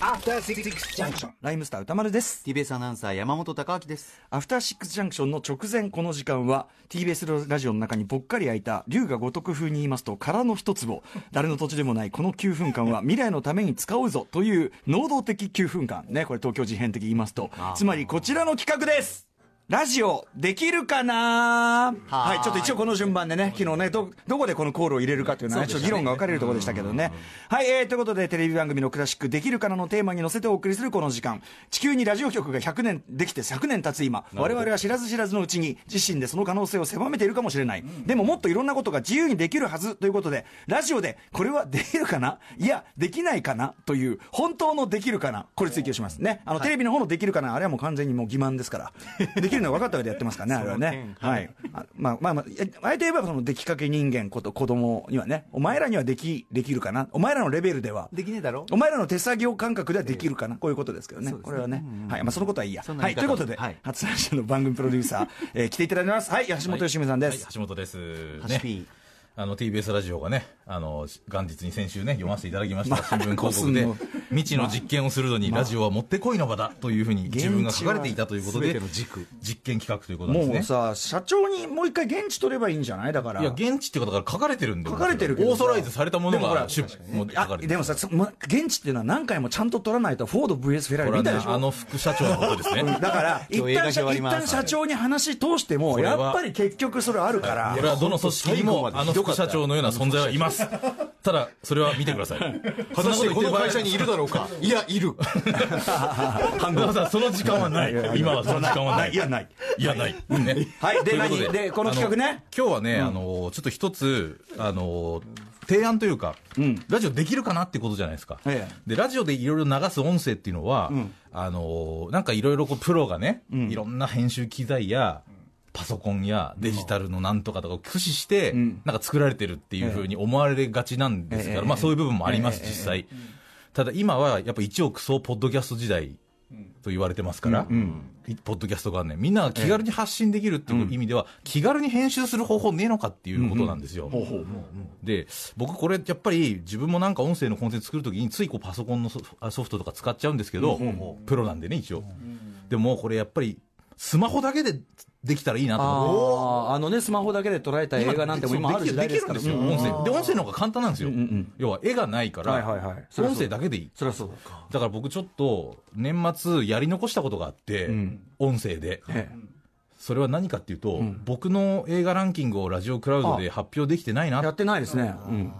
アフターシックスジャンクションライムスター歌丸です TBS アナウンサー山本貴明ですアフターシックスジャンクションの直前この時間は TBS ラジオの中にぽっかり空いた龍が如く風に言いますと空の一坪誰の土地でもないこの9分間は未来のために使おうぞという能動的9分間ねこれ東京事変的言いますとつまりこちらの企画ですラジオできるかなははーいい、ちょっと一応この順番でね、昨日ね、ど、どこでこのコールを入れるかというのはね、ちょっと議論が分かれるところでしたけどね。はい、えー、ということで、テレビ番組のクラシック、できるかなのテーマに乗せてお送りするこの時間。地球にラジオ局が100年、できて100年経つ今、我々は知らず知らずのうちに、自身でその可能性を狭めているかもしれない。でももっといろんなことが自由にできるはずということで、ラジオで、これはできるかないや、できないかなという、本当のできるかなこれ追求しますね。あの、テレビの方のできるかなあれはもう完全にもう欺瞞です から。できるのは分かった上でやってますからね、あれはね。はい。あまあまあまあ、えあえて言えば、その、できかけ人間こと子供にはね、お前らにはでき、できるかなお前らのレベルでは。できねえだろお前らの手作業感覚ではできるかな、こういうことですけどね、これはね、はいまあ、そのことはいいや。そんなは言い、とい方いうことで、はい初参者の番組プロデューサー、えー来ていただいてます、はい、橋本良美さんではいす。、橋本です。ハシピーね、あの TBS ラジオがね、あの元日に先週ね読ませていただき ました新聞広告でまあこすんの未知の実験をするのにラジオはもってこいの場だというふうに自分が書かれていたということ現地はで全ての軸実験企画ということなんですね。もうさ、社長にもう一回現地取ればいいんじゃないだから。いや現地ってことだから書かれてるんで書かれてるけどオーソライズされたものでもほらが出もう書かあれてるでもさ、そま現地っていうのは何回もちゃんと取らないと、フォード VS フェラーこリれは見たねでしょ、 あの副社長のことですねだから、一今日映画旦表社あ一ります旦社長に話通しても、れはやっぱり結局それあるからこ、れはどの組織に本も当あの副社長のような存在はいますただそれは見てください果果たしてこの会社にいるだろうか いやいる半分さんその時間はない今はその時間はないいや、ない。いや、ない。うんね。はいでとうと何でこの企画ね。あの今日はね、あの、ちょっと一つ、あの、提案というか、ラジオできるかなってことじゃないですか。ええで、ラジオでいろいろ流す音声っていうのは、あの、なんかいろいろこう、プロがね、いろんな編集機材や、パソコンやデジタルのなんとかとかを駆使して、なんか作られてるっていうふうに思われがちなんですから、ええまあそういう部分もあります、ええ実際。ただ今はやっぱ一億総ポッドキャスト時代と言われてますから、ポッドキャストがね、みんなが気軽に発信できるっていう意味では、気軽に編集する方法ねえのかっていうことなんですよ。で、僕これやっぱり自分もなんか音声のコンテンツ作るときについこうパソコンのソフあソフトとか使っちゃうんですけど、プロなんでね、一応。でもこれやっぱりスマホだけでできたらいいなと思って。あーあのね、スマホだけで捉えた映画なんてもう今ある時代ですからできるんですよ、音声。で、音声の方が簡単なんですよ。要は絵がないから、はいはいはいそりゃそう音声だけでいい。そりゃそうだ。だから僕ちょっと年末やり残したことがあって、音声で、えそれは何かっていうと、僕の映画ランキングをラジオクラウドで発表できてないえやなってないですね。うん。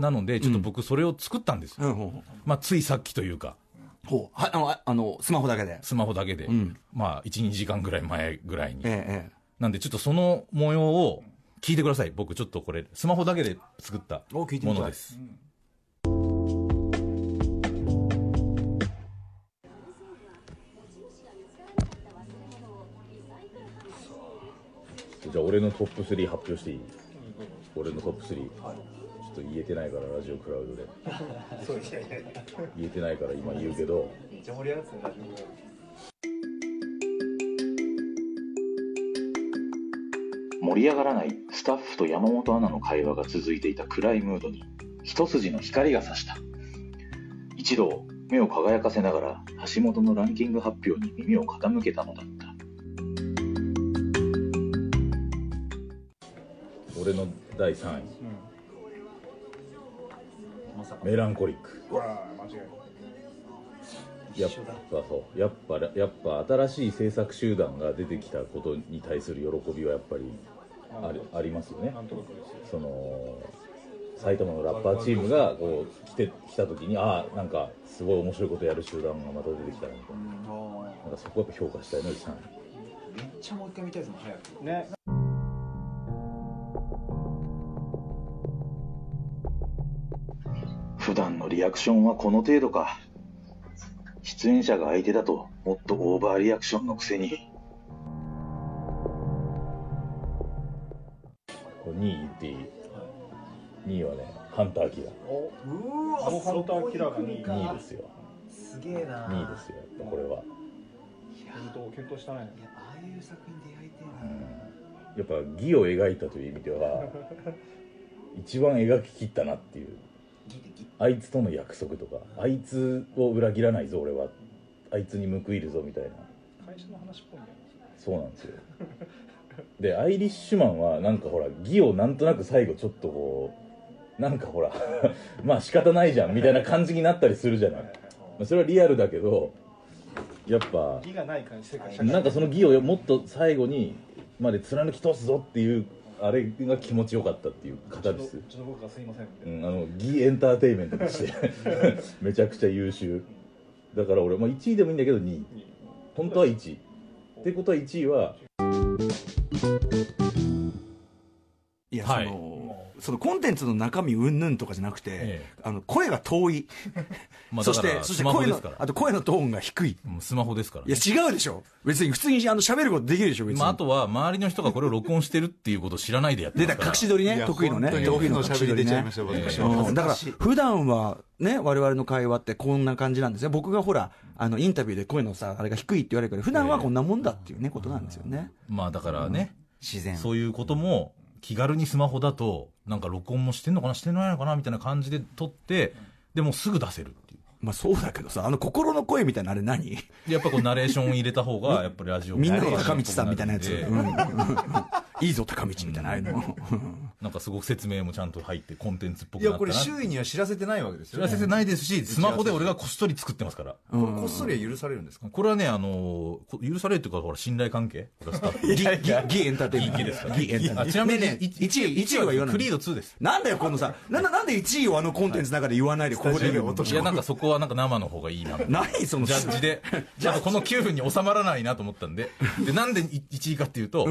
なのでちょっと僕それを作ったんですよ、うんほうほまあ、ついさっきというかうほう。はい、あのあ、あの、スマホだけで。スマホだけで、まあ12時間ぐらい前ぐらいに、えええなんでちょっとその模様を聞いてください僕ちょっとこれスマホだけで作ったも聞いてみたいのですじゃあ俺のトップ3発表していい俺のトップ3、ちょっと言えてないからラジオクラウドで言えてないから今言うけど盛り上がらないスタッフと山本アナの会話が続いていた暗いムードに一筋の光が差した一度目を輝かせながら橋本のランキング発表に耳を傾けたのだった俺の第3位、メランコリックやっぱそうやっぱらやっぱ新しい制作集団が出てきたことに対する喜びはやっぱりあるありますよねその埼玉のラッパーチームがこう来て来た時にああなんかすごい面白いことやる集団がまた出てきたなみたいななんかそこはやっぱ評価したいのですね普段のリアクションはこの程度か出演者が相手だともっとオーバーリアクションのくせにこれ2位言っていい2位はねハンターキラーあのハンターキラーが2位2位ですよすげえな2位ですよやっぱこれは本当検討したねいやああいう作品出会いてえな やっぱ義を描いたという意味では一番描ききったなっていうあいつとの約束とかあいつを裏切らないぞ俺はあいつに報いるぞみたいな会社の話っぽいね。そうなんですよでアイリッシュマンはなんかほら義をなんとなく最後ちょっとこうなんかほら まあ仕方ないじゃんみたいな感じになったりするじゃないまあそれはリアルだけどやっぱ義がない感じ、世界社会。なんかその義をもっと最後にまで貫き通すぞっていうあれが気持ちよかったっていうちょっ形とでうすちの僕がすいませんみうたいん、あのギエンターテインメントとして めちゃくちゃ優秀だから俺、まあ、1位でもいいんだけど2位本当は1位ってことは1位はいや、はいその、そのコンテンツの中身云々とかじゃなくて、ええあの、声が遠い。まあそしだかて、らそしてスマホ声でのすから、あと声のトーンが低い。うんスマホですからいや、違うでしょ別に、普通にあの喋ることできるでしょ別に。まあ、あとは周りの人がこれを録音してるっていうことを知らないでやって出またすから隠し撮りね、得意のね。本当に得意の僕の隠し喋撮りり出ちゃいねましたよ、私ええも。うんだから、普段はね、我々の会話ってこんな感じなんですね。僕がほら、あの、インタビューで声のさ、あれが低いって言われるけど、普段はこんなもんだっていうね、ことなんですよね。まあだからね、自然。そういうことも気軽にスマホだとなんか録音もしてんのかなしてないのかなみたいな感じで撮ってでもうすぐ出せるっていうまあそうだけどさ、あの心の声みたいなあれ何 でやっぱこうナレーションを入れた方がやっぱりラジオみんなの高道さんみたいなやつ。ええうんいいぞ、高道みたいな、ああいうの。なんかすごく説明もちゃんと入ってコンテンツっぽくいなっや、たなこれ周囲には知らせてないわけです知よらね。せてないですしスマホで俺がこっそり作ってますからこれこっそりは許されるんですかこれはねあのこ許されるというかほら信頼関係これはスタッフギ、ギ、ギエンターテインメント。ですからギエンターテインメントあちなみにねえねえ1一位位一位はは言わないクリード2ですなんだよ、このさ、なんだ、なんで1位をあのコンテンツの中で言わないで、ここで言スうのタジオに落としいやなんかそこはなんか生の方がいいな何その、ジャッジで、じゃあこの9分に収まらないなと思ったんで、で、なんで1位かっていうと、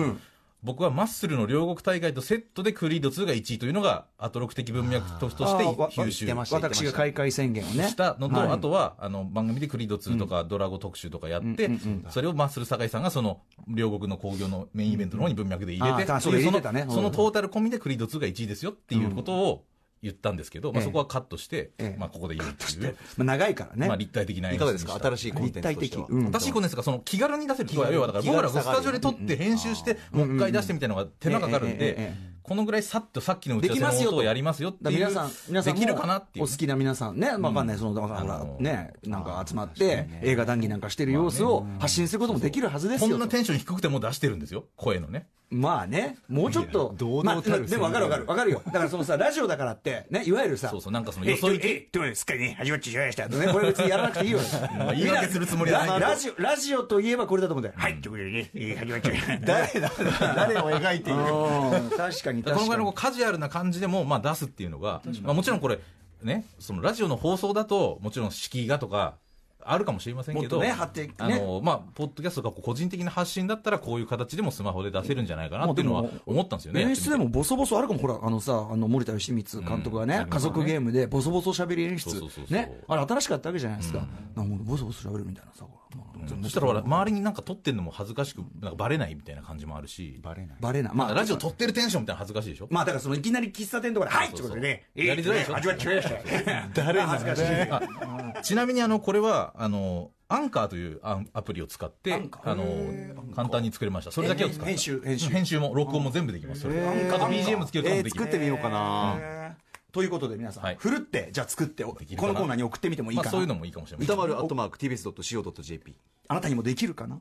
僕はマッスルの両国大会とセットでクリード2が1位というのが、アトロク的文脈としてあーわ吸収言ってました言ってま私が開会宣言をねし。たのと、はいあとは、あの、番組でクリード2とかドラゴ特集とかやって、それをマッスル酒井さんがその、両国の興行のメインイベントの方に文脈で入れて、うんあーそそうれいう入そのれてたねそのトータル込みでクリード2が1位ですよっていうことを言ったんですけど、まあ、ええそこはカットして、ええまあ、ここで言うっていう、まあ長いからね。まあ、立体的な演い出かがですかにした新しいコンテ立ンツ体として的は。。うん私これですかその気軽に出せる気軽に要はだから僕ら気軽スさがあるタジオで撮って編集してもう一回出してみたいなのが手間かかるんえええええでこのぐらいさっとさっきの打ちで合わきますせのこよとをやりますよってだいからう皆さん、皆さんでもきるかなっていうお好きな皆さんね、まあわかんない、その、だからほらね、なんか集まって、映画談義なんかしてる様子を発信することもできるはずですこよ。んなテンション低くても出してるんですよ声のねまあね、もうちょっと、堂々まあ、たるでもわかるわかる、わかるよ。だからそのさ、ラジオだからって、ね、いわゆるさ、そうそうなんかそのえよそいえ、え、どうですかね、始まっちゃいました とね、これ別にやらなくていいよ。あ言い訳するつもりはないけどララジオ、ラジオといえばこれだと思うんだよ。はい、ということでね、えー始まっちゃいました。誰だ誰を描いているうん確かに確かに。このぐらいのこうカジュアルな感じでもまあ出すっていうのがまあもちろんこれねそのラジオの放送だともちろん敷居がとかあるかもしれませんけど、もっとね張ってねあのまあ、ポッドキャストがこう個人的な発信だったら、こういう形でもスマホで出せるんじゃないかなっていうのはまあでも思ったんですよね。演出でもボソボソあるかも、ほら、あのさ、あの森田芳光監督がね、家族ゲームでボソボソ喋り演そう出そうそう、そうね、あれ新しかったわけじゃないですか。なんかもうボソボソ喋るみたいなさ、そしたらほら周りになんか撮ってんのも恥ずかしくなんかバレないみたいな感じもあるしバレない。バレない。ままああ、ラジオ撮ってるテンションみたいなの恥ずかしいでしょ、まあだからそのいきなり喫茶店とかで、はいってことでね、えーやりづらいでしょ味わっちゃいました。誰恥ずかしい。ちなみにあのこれはあのアンカーというアンアプリを使ってアンカーあの簡単に作れましたそれだけを使った編集編集も録音も全部できますそれであと BGM つけるとかえもーできる、作ってみようかな。えーということで皆さん、はいふるって、じゃあ作って、こきるかのなコーナーに送ってみてもいいまかな。あ、そういうのもいいかもしれませ歌ん丸アットマーク TBS.CO.JP。あなたにもできるかな